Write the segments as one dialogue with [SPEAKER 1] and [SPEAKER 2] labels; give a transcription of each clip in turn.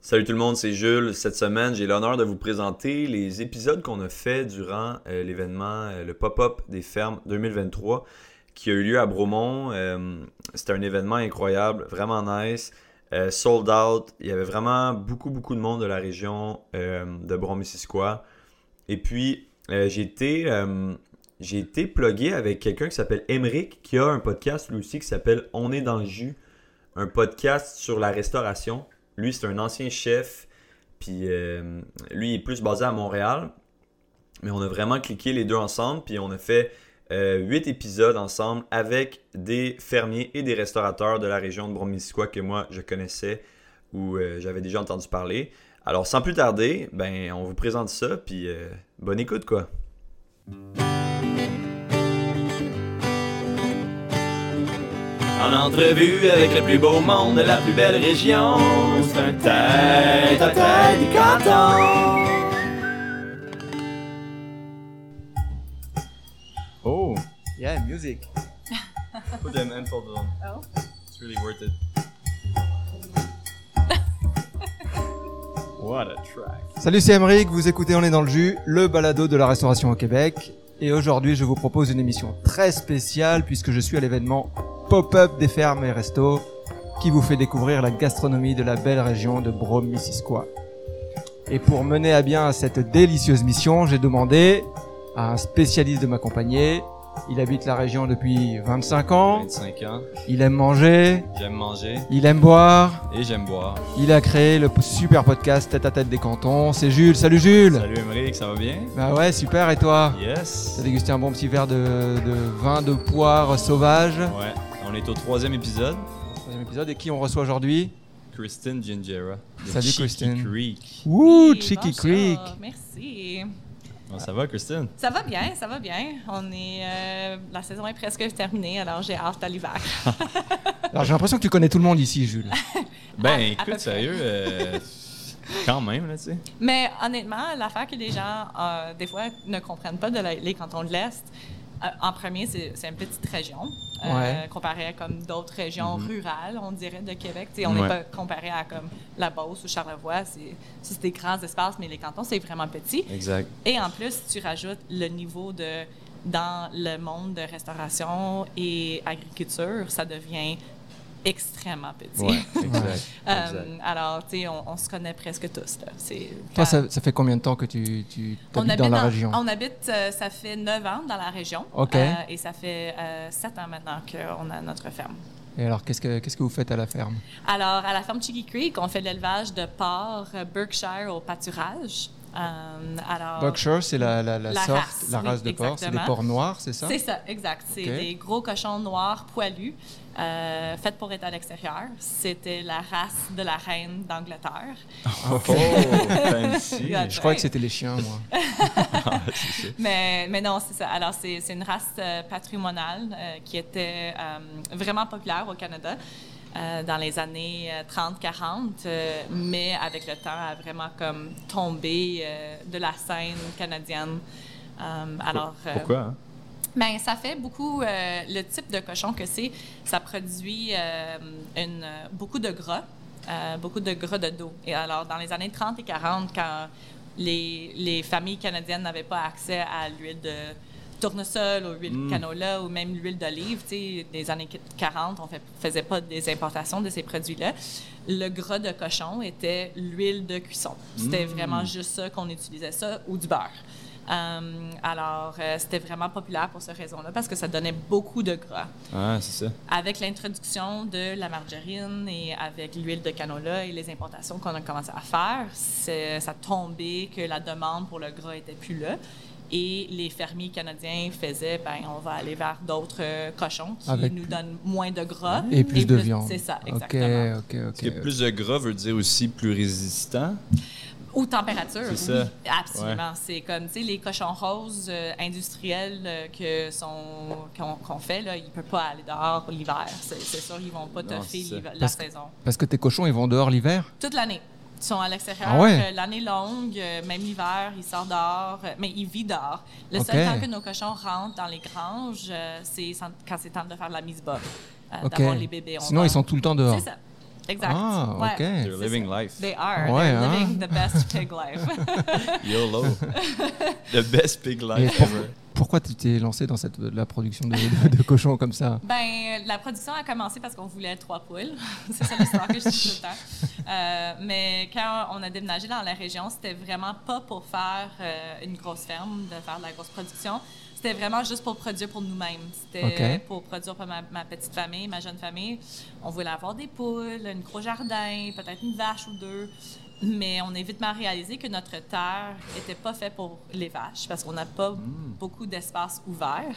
[SPEAKER 1] Salut tout le monde, c'est Jules. Cette semaine, j'ai l'honneur de vous présenter les épisodes qu'on a fait durant euh, l'événement, euh, le pop-up des fermes 2023 qui a eu lieu à Bromont. Euh, C'était un événement incroyable, vraiment nice. euh, sold out. Il y avait vraiment beaucoup, beaucoup de monde de la région euh, de Bromont-Missisquoi. Et puis, euh, j'ai été, euh, j'ai été plugué avec quelqu'un qui s'appelle Emeric, qui a un podcast lui aussi qui s'appelle On est dans le jus, un podcast sur la restauration. Lui, c'est un ancien chef, puis euh, lui, il est plus basé à Montréal. Mais on a vraiment cliqué les deux ensemble, puis on a fait euh, huit épisodes ensemble avec des fermiers et des restaurateurs de la région de Bromisquoi que moi je connaissais ou euh, j'avais déjà entendu parler. Alors sans plus tarder, ben on vous présente ça puis euh, bonne écoute quoi.
[SPEAKER 2] En entrevue avec le plus beau monde de la plus belle région, c'est un tête à tête du canton.
[SPEAKER 3] Oh,
[SPEAKER 2] Yeah, music. Put them headphones on.
[SPEAKER 4] Oh.
[SPEAKER 2] It's really worth it. What a track.
[SPEAKER 3] salut c'est Emeric, vous écoutez On est dans le jus, le balado de la restauration au Québec. Et aujourd'hui, je vous propose une émission très spéciale puisque je suis à l'événement Pop-up des fermes et restos qui vous fait découvrir la gastronomie de la belle région de Brome-Missisquoi. Et pour mener à bien cette délicieuse mission, j'ai demandé à un spécialiste de m'accompagner. Il habite la région depuis 25 ans,
[SPEAKER 5] 25 ans,
[SPEAKER 3] il aime manger,
[SPEAKER 5] j'aime manger
[SPEAKER 3] il aime boire,
[SPEAKER 5] et j'aime boire.
[SPEAKER 3] il a créé le super podcast Tête à Tête des Cantons. C'est Jules, salut Jules
[SPEAKER 5] Salut Émeric, ça va bien?
[SPEAKER 3] Bah ouais, super, et toi
[SPEAKER 5] Yes!
[SPEAKER 3] T'as dégusté un bon petit verre de, de vin de poire sauvage.
[SPEAKER 5] Ouais, on est au troisième épisode.
[SPEAKER 3] Troisième épisode, et qui on reçoit aujourd'hui
[SPEAKER 5] Kristen Gingera. de
[SPEAKER 3] Salut,
[SPEAKER 5] Cheeky
[SPEAKER 3] Kristen.
[SPEAKER 5] Creek.
[SPEAKER 3] Wouh,
[SPEAKER 4] Oui,
[SPEAKER 3] Cheeky
[SPEAKER 4] bonjour,
[SPEAKER 3] Creek
[SPEAKER 4] Merci.
[SPEAKER 5] Bon, ça va Kristen?
[SPEAKER 4] Ça va bien, ça va bien. On est, euh, la saison est presque terminée, alors j'ai hâte à l'hiver.
[SPEAKER 3] Alors j'ai l'impression que tu connais tout le monde ici, Jules.
[SPEAKER 5] Ben
[SPEAKER 4] Ah, à peu
[SPEAKER 5] écoute,
[SPEAKER 4] près.
[SPEAKER 5] sérieux, euh, quand même là, tu sais.
[SPEAKER 4] Mais honnêtement, l'affaire que les gens, euh, des fois, ne comprennent pas de la- les cantons de l'Est, euh, en premier, c'est c'est une petite région. euh,
[SPEAKER 3] Ouais.
[SPEAKER 4] Comparée à comme d'autres régions rurales, on dirait, de Québec. Tu sais, on n'est
[SPEAKER 5] Mm-hmm. Ouais.
[SPEAKER 4] pas comparé à comme la Beauce ou Charlevoix. C'est c'est des grands espaces, mais les cantons, c'est vraiment petit.
[SPEAKER 5] Exact.
[SPEAKER 4] Et en plus, tu rajoutes le niveau de dans le monde de restauration et agriculture, ça devient extrêmement petit.
[SPEAKER 5] Ouais, exact.
[SPEAKER 4] Euh,
[SPEAKER 5] exact.
[SPEAKER 4] alors, tu sais, on, on se connaît presque tous. Là. C'est-
[SPEAKER 3] Toi, ça, ça fait combien de temps que tu, tu
[SPEAKER 4] on
[SPEAKER 3] habites dans la
[SPEAKER 4] en-
[SPEAKER 3] région
[SPEAKER 4] On habite, euh, ça fait 9 ans dans la région.
[SPEAKER 3] OK.
[SPEAKER 4] Euh, et ça fait 7 ans maintenant qu'on a notre ferme.
[SPEAKER 3] Et alors, qu'est-ce que qu'est-ce que vous faites à la ferme
[SPEAKER 4] Alors, à la ferme Cheeky Creek, on fait de l'élevage de porcs euh, Berkshire au pâturage. Euh, alors,
[SPEAKER 3] Berkshire, c'est la, la, la
[SPEAKER 4] La
[SPEAKER 3] sorte,
[SPEAKER 4] race,
[SPEAKER 3] la
[SPEAKER 4] oui,
[SPEAKER 3] race de porc. C'est des
[SPEAKER 4] exactement.
[SPEAKER 3] porcs noirs, c'est ça
[SPEAKER 4] C'est ça, exact. C'est
[SPEAKER 3] Ok.
[SPEAKER 4] des gros cochons noirs poilus, euh, faits pour être à l'extérieur. C'était la race de la reine d'Angleterre.
[SPEAKER 5] Oh, fancy.
[SPEAKER 4] Regarde.
[SPEAKER 3] Je croyais que c'était les chiens, moi.
[SPEAKER 4] Mais, mais non, c'est ça. Alors, c'est c'est une race euh, patrimoniale euh, qui était euh, vraiment populaire au Canada euh, dans les années 30-40, mais avec le temps, a vraiment comme tombé euh, de la scène canadienne. Euh, alors, euh,
[SPEAKER 5] Pourquoi? hein?
[SPEAKER 4] Ben, ça fait beaucoup euh, le type de cochon que c'est. Ça produit euh, une, beaucoup de gras, euh, beaucoup de gras de dos. Et alors, dans les années 30 et 40, quand les, les familles canadiennes n'avaient pas accès à l'huile de tournesol ou l'huile de canola ou même l'huile d'olive, tu sais, des années 40, on ne faisait pas des importations de ces produits-là. Le gras de cochon était l'huile de cuisson. C'était vraiment juste ça qu'on utilisait, ça ou du beurre. Euh, alors, euh, c'était vraiment populaire pour cette raison-là parce que ça donnait beaucoup de gras.
[SPEAKER 5] Ah, c'est ça.
[SPEAKER 4] Avec l'introduction de la margarine et avec l'huile de canola et les importations qu'on a commencé à faire, c'est- ça tombait que la demande pour le gras était plus là. Et les fermiers canadiens faisaient, ben, on va aller vers d'autres euh, cochons qui
[SPEAKER 3] Avec
[SPEAKER 4] nous donnent moins de gras
[SPEAKER 3] Et plus de viande.
[SPEAKER 4] C'est ça,
[SPEAKER 3] Ok,
[SPEAKER 4] exactement.
[SPEAKER 3] ok, ok.
[SPEAKER 5] Parce que plus de gras veut dire aussi plus résistant.
[SPEAKER 4] Ou température.
[SPEAKER 5] C'est
[SPEAKER 4] oui.
[SPEAKER 5] ça.
[SPEAKER 4] Absolument. C'est comme, tu sais, les cochons roses euh, industriels euh, que sont, qu'on, qu'on fait, là, ils ne peuvent pas aller dehors l'hiver. C'est, c'est sûr, ils ne vont pas
[SPEAKER 5] Non,
[SPEAKER 4] toffer
[SPEAKER 5] c'est ça.
[SPEAKER 4] l'hiver- la
[SPEAKER 3] Parce que-
[SPEAKER 4] saison.
[SPEAKER 3] Parce que tes cochons, ils vont dehors l'hiver
[SPEAKER 4] Toute l'année. Ils sont à l'extérieur
[SPEAKER 3] Ah ouais?
[SPEAKER 4] euh, l'année longue, euh, même l'hiver, ils sortent dehors, euh, mais ils vivent dehors. Le seul
[SPEAKER 3] Ok.
[SPEAKER 4] temps que nos cochons rentrent dans les granges, euh, c'est sans- quand c'est temps de faire de la mise bas, euh,
[SPEAKER 3] Ok.
[SPEAKER 4] d'avoir les bébés. On
[SPEAKER 3] Sinon,
[SPEAKER 4] va-
[SPEAKER 3] ils sont tout le temps dehors.
[SPEAKER 4] c'est ça. exact.
[SPEAKER 3] Ah,
[SPEAKER 4] Ouais.
[SPEAKER 3] ok.
[SPEAKER 5] They're living life.
[SPEAKER 4] They are.
[SPEAKER 3] Ouais,
[SPEAKER 4] They're
[SPEAKER 3] hein?
[SPEAKER 4] living the best pig life.
[SPEAKER 5] YOLO. The best pig
[SPEAKER 3] Et
[SPEAKER 5] life
[SPEAKER 3] pour-
[SPEAKER 5] ever.
[SPEAKER 3] pourquoi tu t'es lancé dans cette, la production de, de- de cochons comme ça
[SPEAKER 4] Ben, la production a commencé parce qu'on voulait trois poules. C'est ça l'histoire que je dis tout le temps. Euh, mais quand on a déménagé dans la région, c'était vraiment pas pour faire euh, une grosse ferme, de faire de la grosse production. C'était vraiment juste pour produire pour nous-mêmes. C'était
[SPEAKER 3] OK.
[SPEAKER 4] euh, pour produire pour ma, ma petite famille, ma jeune famille. On voulait avoir des poules, un gros jardin, peut-être une vache ou deux. Mais on a évidemment réalisé que notre terre n'était pas faite pour les vaches parce qu'on n'a pas beaucoup d'espace ouvert.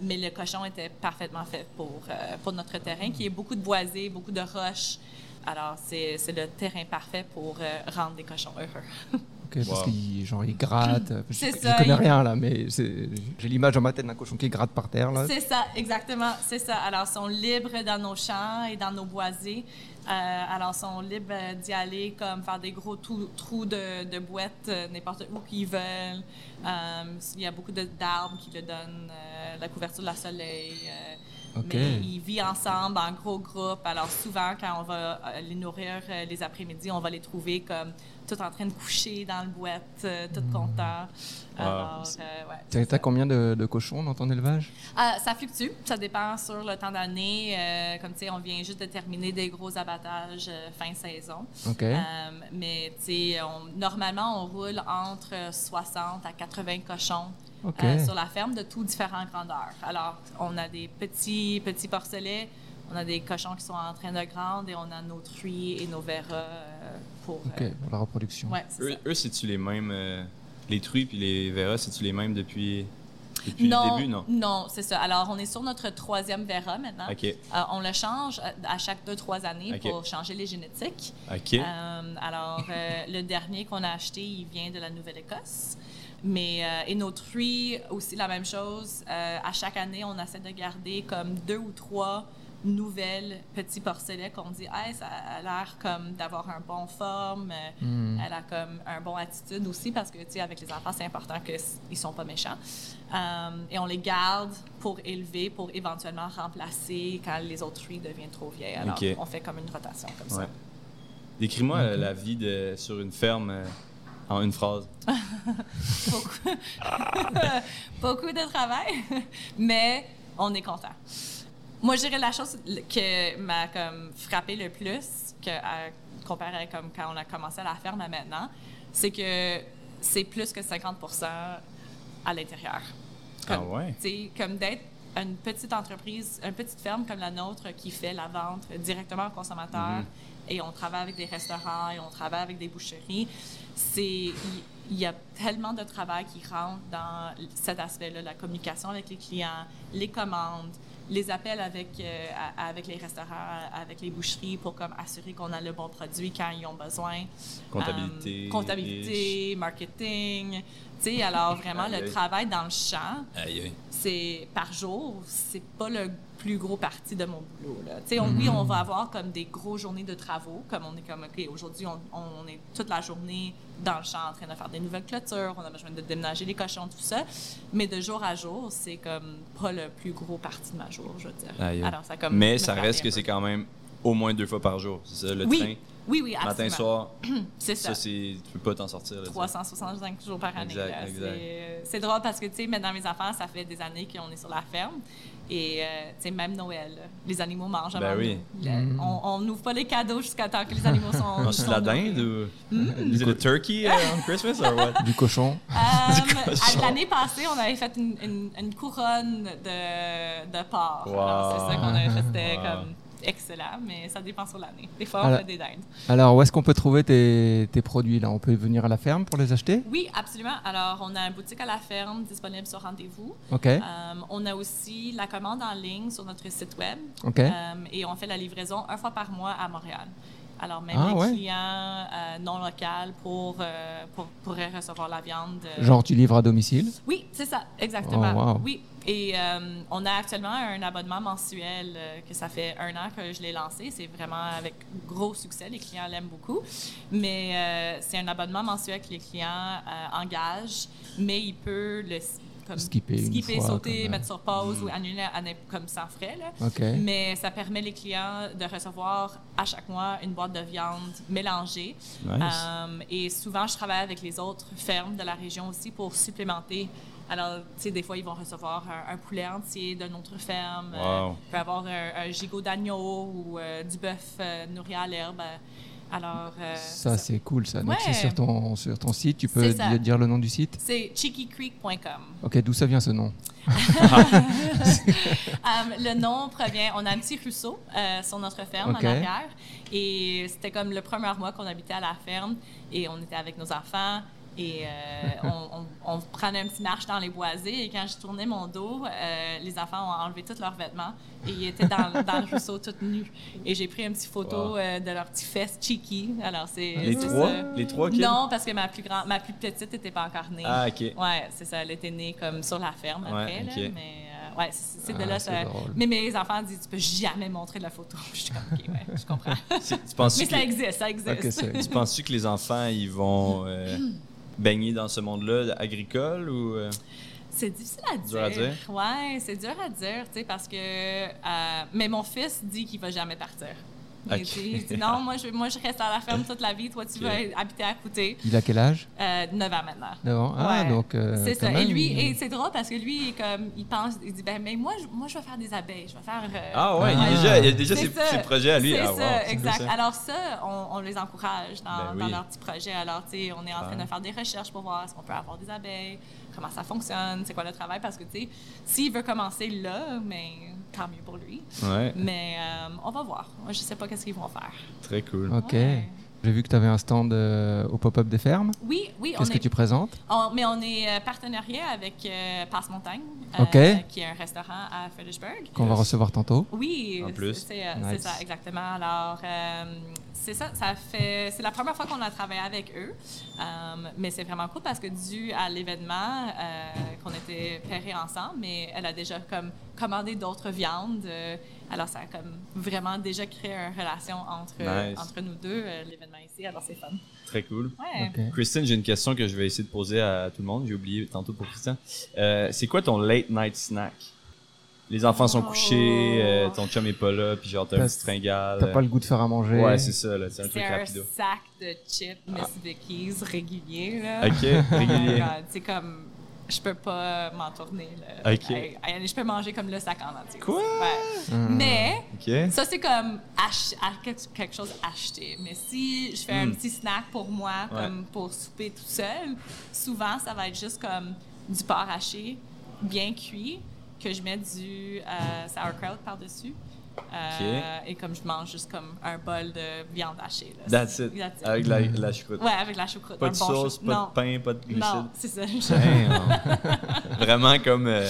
[SPEAKER 4] Mais le cochon était parfaitement fait pour, euh, pour notre terrain, qui est beaucoup de boisés, beaucoup de roches. Alors, c'est c'est le terrain parfait pour euh, rendre des cochons heureux.
[SPEAKER 3] Ok, Parce
[SPEAKER 5] Wow.
[SPEAKER 3] qu'ils genre, ils grattent. Je,
[SPEAKER 4] C'est
[SPEAKER 3] je
[SPEAKER 4] ça,
[SPEAKER 3] connais
[SPEAKER 4] ils-
[SPEAKER 3] rien là, mais c'est- j'ai l'image en ma tête d'un cochon qui gratte par terre. Là.
[SPEAKER 4] C'est ça, exactement, c'est ça. Alors, ils sont libres dans nos champs et dans nos boisés. Euh, alors, ils sont libres euh, d'y aller, comme faire des gros trous, trous de, de boîtes euh, n'importe où qu'ils veulent. Euh, il y a beaucoup de- d'arbres qui le donnent, euh, la couverture de la soleil. euh,
[SPEAKER 3] Ok.
[SPEAKER 4] Mais ils vivent ensemble en gros groupes. Alors souvent, quand on va euh, les nourrir euh, les après-midi, on va les trouver comme tout en train de coucher dans le boîte, euh, tout content. Alors, euh, ouais.
[SPEAKER 3] T'as t'as combien de, de cochons dans ton élevage
[SPEAKER 4] Euh, ça fluctue, ça dépend sur le temps d'année. Euh, comme tu sais, on vient juste de terminer des gros abattages euh, fin saison.
[SPEAKER 3] Ok.
[SPEAKER 4] Euh, mais tu sais, on- normalement, on roule entre 60 à 80 cochons
[SPEAKER 3] Ok.
[SPEAKER 4] euh, sur la ferme de tous différentes grandeurs. Alors, on a des petits, petits porcelets, on a des cochons qui sont en train de grandir et on a nos truies et nos verras euh, pour.
[SPEAKER 3] ok,
[SPEAKER 4] euh,
[SPEAKER 3] pour la reproduction.
[SPEAKER 4] ouais, c'est
[SPEAKER 5] Eux,
[SPEAKER 4] ça.
[SPEAKER 5] eux c'est-tu les mêmes. euh, les truies puis les verras, c'est-tu les mêmes depuis, depuis
[SPEAKER 4] Non,
[SPEAKER 5] le début? Non.
[SPEAKER 4] c'est ça. Alors, on est sur notre troisième verra maintenant.
[SPEAKER 5] Ok.
[SPEAKER 4] Euh, on le change à- à chaque deux, trois années
[SPEAKER 5] Ok.
[SPEAKER 4] pour changer les génétiques.
[SPEAKER 5] OK.
[SPEAKER 4] Euh, alors, euh, le dernier qu'on a acheté, il vient de la Nouvelle-Écosse. Mais, euh, et nos truies, aussi la même chose. Euh, à chaque année, on essaie de garder comme deux ou trois nouvelles petits porcelets qu'on dit hey, ça a l'air comme d'avoir un bon forme, euh,
[SPEAKER 3] Hmm.
[SPEAKER 4] elle a comme un bon attitude aussi parce que, tu sais, avec les enfants, c'est important qu'ils sont pas méchants. Euh, et on les garde pour élever, pour éventuellement remplacer quand les autres fruits deviennent trop vieilles. Alors,
[SPEAKER 5] Ok.
[SPEAKER 4] on fait comme une rotation comme
[SPEAKER 5] Ouais.
[SPEAKER 4] ça.
[SPEAKER 5] Décris-moi euh, la vie de, sur une ferme euh, en une phrase.
[SPEAKER 4] Beaucoup, beaucoup de travail, mais on est content. Moi, je dirais la chose que m'a comme frappé le plus, que, à- comparé à comme quand on a commencé à la ferme à maintenant, c'est que c'est plus que 50 à l'intérieur.
[SPEAKER 5] Ah
[SPEAKER 4] Comme-
[SPEAKER 5] ouais?
[SPEAKER 4] tu sais, comme d'être une petite entreprise, une petite ferme comme la nôtre qui fait la vente directement aux consommateurs
[SPEAKER 5] Mhm.
[SPEAKER 4] et on travaille avec des restaurants et on travaille avec des boucheries. C'est il- il y a tellement de travail qui rentre dans cet aspect-là, la communication avec les clients, les commandes, les appels avec euh, à- avec les restaurants, avec les boucheries pour comme assurer qu'on a le bon produit quand ils ont besoin.
[SPEAKER 5] Comptabilité.
[SPEAKER 4] Euh, comptabilité, marketing. Tu sais, alors vraiment
[SPEAKER 5] Aïe,
[SPEAKER 4] le
[SPEAKER 5] aïe.
[SPEAKER 4] travail dans le champ,
[SPEAKER 5] Aïe, aïe.
[SPEAKER 4] c'est par jour, c'est pas le plus gros parti de mon boulot. Là. Tu sais, on-
[SPEAKER 5] Mhm.
[SPEAKER 4] Oui, on va avoir comme des grosses journées de travaux, comme on est comme, OK, aujourd'hui, on, on est toute la journée dans le champ en train de faire des nouvelles clôtures, on a besoin de déménager les cochons, tout ça. Mais de jour à jour, c'est comme pas le plus gros parti de ma jour, je veux dire.
[SPEAKER 5] Aïe, aïe.
[SPEAKER 4] Alors, ça comme
[SPEAKER 5] Mais
[SPEAKER 4] me
[SPEAKER 5] ça
[SPEAKER 4] frappait
[SPEAKER 5] reste
[SPEAKER 4] un
[SPEAKER 5] que
[SPEAKER 4] peu.
[SPEAKER 5] c'est quand même au moins deux fois par jour. C'est ça, le
[SPEAKER 4] oui,
[SPEAKER 5] train.
[SPEAKER 4] oui, oui, absolument.
[SPEAKER 5] Matin, soir,
[SPEAKER 4] c'est
[SPEAKER 5] ça, c'est tu peux pas t'en sortir. là, tu sais.
[SPEAKER 4] 365 jours par année.
[SPEAKER 5] Exact,
[SPEAKER 4] là.
[SPEAKER 5] exact.
[SPEAKER 4] C'est- euh, C'est drôle parce que, tu sais, maintenant, mes enfants, ça fait des années qu'on est sur la ferme. Et, euh, tu sais, même Noël, là, les animaux mangent
[SPEAKER 5] Ben
[SPEAKER 4] avant
[SPEAKER 5] oui.
[SPEAKER 4] nous. Le-
[SPEAKER 3] Mm.
[SPEAKER 4] On on n'ouvre pas les cadeaux jusqu'à temps que les animaux sont.
[SPEAKER 5] Non, Ah, c'est de
[SPEAKER 4] sont
[SPEAKER 5] la
[SPEAKER 4] nourris.
[SPEAKER 5] dinde ou.
[SPEAKER 4] Hmm.
[SPEAKER 5] Is it a turkey uh, on Christmas or what?
[SPEAKER 3] Du cochon.
[SPEAKER 4] Euh, à- L'année passée, on avait fait une, une- une couronne de, de porc.
[SPEAKER 5] Wow.
[SPEAKER 4] Alors, C'est ça qu'on avait fait. C'était
[SPEAKER 5] Wow.
[SPEAKER 4] comme excellent, mais ça dépend sur l'année. Des fois, on
[SPEAKER 3] Alors-
[SPEAKER 4] fait des dindes.
[SPEAKER 3] Alors, où est-ce qu'on peut trouver tes, tes produits là On peut venir à la ferme pour les acheter
[SPEAKER 4] Oui, absolument. Alors, on a une boutique à la ferme disponible sur rendez-vous.
[SPEAKER 3] Ok.
[SPEAKER 4] Euh, on a aussi la commande en ligne sur notre site web
[SPEAKER 3] Ok.
[SPEAKER 4] Euh, et on fait la livraison une fois par mois à Montréal. Alors, même
[SPEAKER 3] Ah,
[SPEAKER 4] les
[SPEAKER 3] ouais.
[SPEAKER 4] clients euh, non locaux pour, euh, pour- pourraient recevoir la viande. euh,
[SPEAKER 3] Genre, tu livres à domicile
[SPEAKER 4] Oui, c'est ça, exactement.
[SPEAKER 3] Oh, wow.
[SPEAKER 4] Oui, et euh, on a actuellement un abonnement mensuel euh, que ça fait un an que je l'ai lancé. C'est vraiment avec gros succès, les clients l'aiment beaucoup. Mais euh, c'est un abonnement mensuel que les clients euh, engagent, mais il peut le comme
[SPEAKER 3] Skipper une fois,
[SPEAKER 4] sauter,
[SPEAKER 3] comme, euh,
[SPEAKER 4] mettre sur pause ou annuler à n'im- comme sans frais. Là.
[SPEAKER 3] OK.
[SPEAKER 4] Mais ça permet les clients de recevoir à chaque mois une boîte de viande mélangée.
[SPEAKER 5] Nice.
[SPEAKER 4] Euh, et souvent, je travaille avec les autres fermes de la région aussi pour supplémenter. Alors, tu sais, des fois, ils vont recevoir un, un poulet entier d'une autre ferme.
[SPEAKER 5] Wow.
[SPEAKER 4] euh, il peut avoir un, un gigot d'agneau ou euh, du bœuf euh, nourri à l'herbe. Alors, euh,
[SPEAKER 3] Ça, c'est cool, ça. Donc,
[SPEAKER 4] Ouais.
[SPEAKER 3] c'est sur ton, sur ton site. Tu peux
[SPEAKER 4] C'est ça.
[SPEAKER 3] di- dire le nom du site
[SPEAKER 4] c'est cheekycreek.com.
[SPEAKER 3] Ok, d'où ça vient ce nom
[SPEAKER 4] Um, le nom provient, on a un petit ruisseau euh, sur notre ferme
[SPEAKER 3] Ok.
[SPEAKER 4] en arrière. Et c'était comme le premier mois qu'on habitait à la ferme et on était avec nos enfants. Et euh, on, on- on prenait une petite marche dans les boisés. Et quand je tournais mon dos, euh, les enfants ont enlevé tous leurs vêtements et ils étaient dans, dans le ruisseau toutes nus. Et j'ai pris une petite photo
[SPEAKER 5] Wow.
[SPEAKER 4] euh, de leurs petits fesses cheeky. Alors, c'est.
[SPEAKER 5] Euh, Les
[SPEAKER 4] Euh, c'est
[SPEAKER 5] trois?
[SPEAKER 4] ça.
[SPEAKER 5] Les trois kids?
[SPEAKER 4] Non, parce que ma plus, grande, ma plus petite n'était pas encore née.
[SPEAKER 5] Ah, ok.
[SPEAKER 4] Ouais, c'est ça. Elle était née comme sur la ferme après.
[SPEAKER 5] Ouais,
[SPEAKER 4] là,
[SPEAKER 5] ok.
[SPEAKER 4] mais euh, ouais, c'est c'est de
[SPEAKER 3] Ah,
[SPEAKER 4] là.
[SPEAKER 3] c'est
[SPEAKER 4] ça-
[SPEAKER 3] drôle.
[SPEAKER 4] mais mes enfants disent tu peux jamais montrer de la photo. Je suis comme ok, ouais, je comprends.
[SPEAKER 5] C'est- Tu penses
[SPEAKER 4] mais ça
[SPEAKER 5] que...
[SPEAKER 4] existe, ça existe.
[SPEAKER 3] Ok, ça
[SPEAKER 5] Tu penses-tu que les enfants, ils vont euh, baigner dans ce monde-là agricole ou... euh,
[SPEAKER 4] C'est difficile à dire.
[SPEAKER 5] Dur à dire?
[SPEAKER 4] Ouais, c'est dur à dire, tu sais, parce que. euh, mais mon fils dit qu'il va jamais partir. Il
[SPEAKER 5] Ok.
[SPEAKER 4] dit, il dit, non, moi je, moi je reste à la ferme toute la vie, toi tu
[SPEAKER 5] Ok.
[SPEAKER 4] vas habiter à côté.
[SPEAKER 3] Il a quel âge
[SPEAKER 4] 9 ans maintenant.
[SPEAKER 3] D'avant Ah,
[SPEAKER 4] Ouais.
[SPEAKER 3] donc. euh,
[SPEAKER 4] c'est
[SPEAKER 3] quand
[SPEAKER 4] ça. Et
[SPEAKER 3] même,
[SPEAKER 4] lui,
[SPEAKER 3] il-
[SPEAKER 4] et c'est drôle parce que lui, il est comme, il pense, il dit, ben, mais moi, je, moi, je vais faire des abeilles. Je vais faire. euh,
[SPEAKER 5] Ah ouais,
[SPEAKER 3] Ah.
[SPEAKER 5] Il, y a déjà, il y a déjà
[SPEAKER 4] C'est
[SPEAKER 5] ses,
[SPEAKER 4] ça.
[SPEAKER 5] ses projets à lui.
[SPEAKER 4] C'est
[SPEAKER 5] Ah, wow,
[SPEAKER 4] ça,
[SPEAKER 5] c'est cool,
[SPEAKER 4] exact.
[SPEAKER 5] ça.
[SPEAKER 4] Alors ça, on, on les encourage dans,
[SPEAKER 5] Ben oui.
[SPEAKER 4] dans leurs petits projets. Alors, tu sais, on est en train
[SPEAKER 5] Ouais.
[SPEAKER 4] de faire des recherches pour voir si on peut avoir des abeilles, comment ça fonctionne, c'est quoi le travail, parce que, tu sais, s'il veut commencer là, mais tant mieux pour lui.
[SPEAKER 5] Ouais,
[SPEAKER 4] Mais euh, on va voir. Moi, Je sais pas qu'est-ce qu'ils vont faire.
[SPEAKER 5] très cool.
[SPEAKER 3] Ok.
[SPEAKER 4] Ouais.
[SPEAKER 3] J'ai vu que tu avais un stand euh, au pop-up des fermes.
[SPEAKER 4] Oui, oui, on
[SPEAKER 3] Qu'est-ce
[SPEAKER 4] est-
[SPEAKER 3] que tu présentes
[SPEAKER 4] on- mais on est euh, partenariat avec euh, Passe Montagne, euh,
[SPEAKER 3] Ok.
[SPEAKER 4] qui est un restaurant à Fredericksburg.
[SPEAKER 3] Qu'on va recevoir tantôt.
[SPEAKER 4] Oui,
[SPEAKER 5] En
[SPEAKER 4] c'est-
[SPEAKER 5] plus.
[SPEAKER 4] c'est euh,
[SPEAKER 3] Nice.
[SPEAKER 4] c'est ça, exactement. Alors, euh, c'est ça, ça fait, c'est la première fois qu'on a travaillé avec eux, Euh, mais c'est vraiment cool parce que dû à l'événement euh, qu'on était pairés ensemble, mais elle a déjà comme commandé d'autres viandes, Euh, alors ça a comme vraiment déjà créé une relation entre,
[SPEAKER 5] Nice.
[SPEAKER 4] entre nous deux, euh, l'événement ici, alors c'est fun.
[SPEAKER 5] Très cool.
[SPEAKER 4] Ouais.
[SPEAKER 3] Ok.
[SPEAKER 5] Christine, j'ai une question que je vais essayer de poser à tout le monde. J'ai oublié tantôt pour Christian. Euh, c'est quoi ton late night snack? Les enfants sont
[SPEAKER 4] Oh.
[SPEAKER 5] couchés, euh, ton chum est pas là, puis genre t'as un
[SPEAKER 3] T'as-
[SPEAKER 5] petit fringale.
[SPEAKER 3] T'as pas le goût de faire à manger.
[SPEAKER 5] Ouais, c'est ça, là, c'est un
[SPEAKER 4] C'est
[SPEAKER 5] truc
[SPEAKER 4] un
[SPEAKER 5] rapido. Ah.
[SPEAKER 4] sac de chips Miss Vicky's régulier, là.
[SPEAKER 5] Ok, régulier.
[SPEAKER 4] Oh my God, C'est comme, je peux pas m'en tourner. Là.
[SPEAKER 5] Ok.
[SPEAKER 4] Hey, hey, je peux manger comme le sac en entier.
[SPEAKER 5] Quoi? Ah.
[SPEAKER 4] Ouais.
[SPEAKER 3] Hum.
[SPEAKER 4] Mais
[SPEAKER 5] Ok.
[SPEAKER 4] ça, c'est comme ach- à- quelque quelque chose acheté. Mais si je fais un petit snack pour moi,
[SPEAKER 5] Hmm. Ouais.
[SPEAKER 4] comme pour souper tout seul, souvent, ça va être juste comme du porc haché, bien cuit, que je mets du euh, sauerkraut par-dessus. Euh, Et comme je mange juste comme un bol de viande hachée. là.
[SPEAKER 5] That's it.
[SPEAKER 4] That's it.
[SPEAKER 5] Avec la, la choucroute.
[SPEAKER 4] Ouais, avec la choucroute.
[SPEAKER 5] Pas
[SPEAKER 4] un
[SPEAKER 5] de
[SPEAKER 4] bon
[SPEAKER 5] sauce,
[SPEAKER 4] chou-
[SPEAKER 5] pas
[SPEAKER 4] non.
[SPEAKER 5] de pain, pas de glucides.
[SPEAKER 4] Non, c'est ça.
[SPEAKER 5] Damn. Vraiment comme. euh,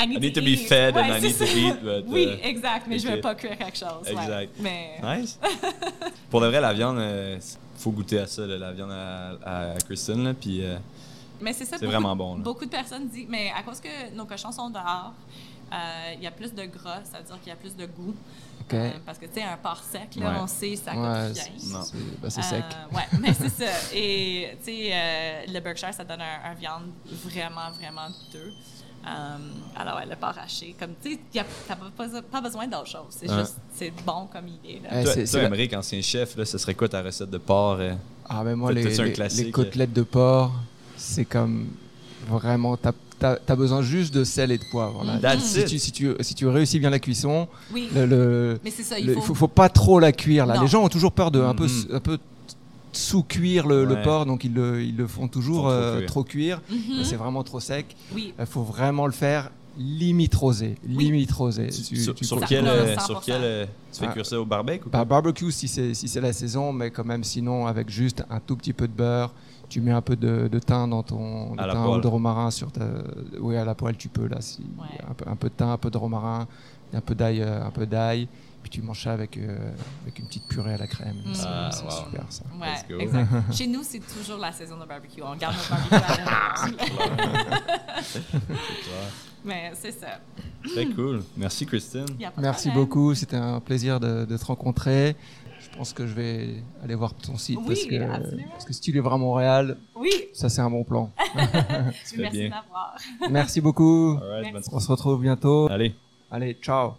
[SPEAKER 4] I need,
[SPEAKER 5] I need to be fed and I
[SPEAKER 4] c'est
[SPEAKER 5] need to
[SPEAKER 4] ça.
[SPEAKER 5] eat, but,
[SPEAKER 4] oui,
[SPEAKER 5] euh,
[SPEAKER 4] exact, mais je
[SPEAKER 5] ok.
[SPEAKER 4] vais pas cuire quelque chose. ouais.
[SPEAKER 5] Exact.
[SPEAKER 4] Mais
[SPEAKER 5] Nice. Pour de vrai, la viande, euh, faut goûter à ça, là, la viande à, à Kristen. Là, puis, euh,
[SPEAKER 4] mais c'est ça.
[SPEAKER 5] C'est
[SPEAKER 4] beaucoup-
[SPEAKER 5] vraiment bon, là.
[SPEAKER 4] Beaucoup de personnes disent, mais à cause que nos cochons sont dehors, euh, il y a plus de gras, c'est-à-dire qu'il y a plus de goût.
[SPEAKER 3] Ok.
[SPEAKER 4] Euh, parce que tu sais, un porc sec, là,
[SPEAKER 5] Ouais.
[SPEAKER 4] on sait, ça coûte
[SPEAKER 3] Ouais,
[SPEAKER 4] rien.
[SPEAKER 3] c'est
[SPEAKER 5] Non.
[SPEAKER 3] c'est- bah, c'est sec.
[SPEAKER 4] Euh, ouais, mais c'est ça. Et tu sais, euh, le Berkshire, ça donne un, un viande vraiment, vraiment goûteux. Euh, alors, ouais, le porc haché, comme tu sais, y a- t'as pas, pas- pas besoin d'autre chose. C'est
[SPEAKER 5] Ouais.
[SPEAKER 4] juste, c'est bon comme idée. Là.
[SPEAKER 3] Eh,
[SPEAKER 5] toi,
[SPEAKER 3] c'est-
[SPEAKER 5] toi,
[SPEAKER 3] c'est la-
[SPEAKER 5] Aymeric, ancien chef, là, ce serait quoi ta recette de porc euh?
[SPEAKER 3] Ah, mais moi,
[SPEAKER 5] Peut-être
[SPEAKER 3] les,
[SPEAKER 5] un
[SPEAKER 3] les-
[SPEAKER 5] classique.
[SPEAKER 3] les côtelettes de porc, c'est comme vraiment. T'as as, besoin juste de sel et de poivre. là.
[SPEAKER 5] Mm. That's
[SPEAKER 3] Si,
[SPEAKER 5] it.
[SPEAKER 3] tu, si, tu, si tu réussis bien la cuisson,
[SPEAKER 4] Oui,
[SPEAKER 3] le, le-
[SPEAKER 4] mais c'est ça,
[SPEAKER 3] le- il faut, faut pas trop la cuire. Là.
[SPEAKER 4] Ah, Non.
[SPEAKER 3] Les gens ont toujours peur de un peu,
[SPEAKER 5] Mhm.
[SPEAKER 3] un peu sous-cuire le, le
[SPEAKER 5] Ouais.
[SPEAKER 3] porc, donc ils le, ils le font
[SPEAKER 5] Ils
[SPEAKER 3] toujours
[SPEAKER 5] font trop
[SPEAKER 3] euh,
[SPEAKER 5] cuire.
[SPEAKER 3] trop cuire.
[SPEAKER 4] Mhm.
[SPEAKER 3] C'est vraiment trop sec.
[SPEAKER 4] Oui,
[SPEAKER 3] Il faut vraiment le faire limite rosé. Limite rosé.
[SPEAKER 5] Tu-
[SPEAKER 3] Tu-
[SPEAKER 5] sur,
[SPEAKER 3] tu
[SPEAKER 5] sur
[SPEAKER 3] coupes-
[SPEAKER 5] quel, euh,
[SPEAKER 4] 100%.
[SPEAKER 5] sur quel euh, tu fais
[SPEAKER 3] Ah.
[SPEAKER 5] cuire ça au barbecue ou
[SPEAKER 3] Bah,
[SPEAKER 5] quoi?
[SPEAKER 3] barbecue si c'est si c'est la saison, mais quand même sinon avec juste un tout petit peu de beurre, tu mets un peu de, de thym dans ton de
[SPEAKER 5] À la
[SPEAKER 3] thym ou
[SPEAKER 5] poêle.
[SPEAKER 3] de romarin sur ta oui à la poêle tu peux là si
[SPEAKER 4] Ouais.
[SPEAKER 3] un, peu, un peu de thym, un peu de romarin, un peu d'ail, euh, un peu d'ail, puis tu manges ça avec euh, avec une petite purée à la crème.
[SPEAKER 4] Mm.
[SPEAKER 3] C'est-
[SPEAKER 5] Ah,
[SPEAKER 3] c'est
[SPEAKER 5] wow.
[SPEAKER 3] super ça.
[SPEAKER 4] ouais,
[SPEAKER 5] Let's go.
[SPEAKER 4] exact. Chez nous, c'est toujours la saison de barbecue. On garde notre barbecue à l'avance. Mais c'est ça.
[SPEAKER 5] Très cool. Merci, Christine.
[SPEAKER 4] Y a pas de
[SPEAKER 3] Merci
[SPEAKER 4] problème.
[SPEAKER 3] beaucoup, c'était un plaisir de, de te rencontrer. Je pense que je vais aller voir ton site
[SPEAKER 4] Oui,
[SPEAKER 3] parce, que,
[SPEAKER 4] absolument.
[SPEAKER 3] parce que si tu livres à Montréal,
[SPEAKER 4] Oui,
[SPEAKER 3] ça c'est un bon plan.
[SPEAKER 5] Tu fais
[SPEAKER 4] merci
[SPEAKER 5] bien.
[SPEAKER 4] d'avoir.
[SPEAKER 3] Merci beaucoup.
[SPEAKER 5] Alright, bonne
[SPEAKER 4] Merci.
[SPEAKER 3] On se retrouve bientôt.
[SPEAKER 5] Allez.
[SPEAKER 3] Allez, ciao.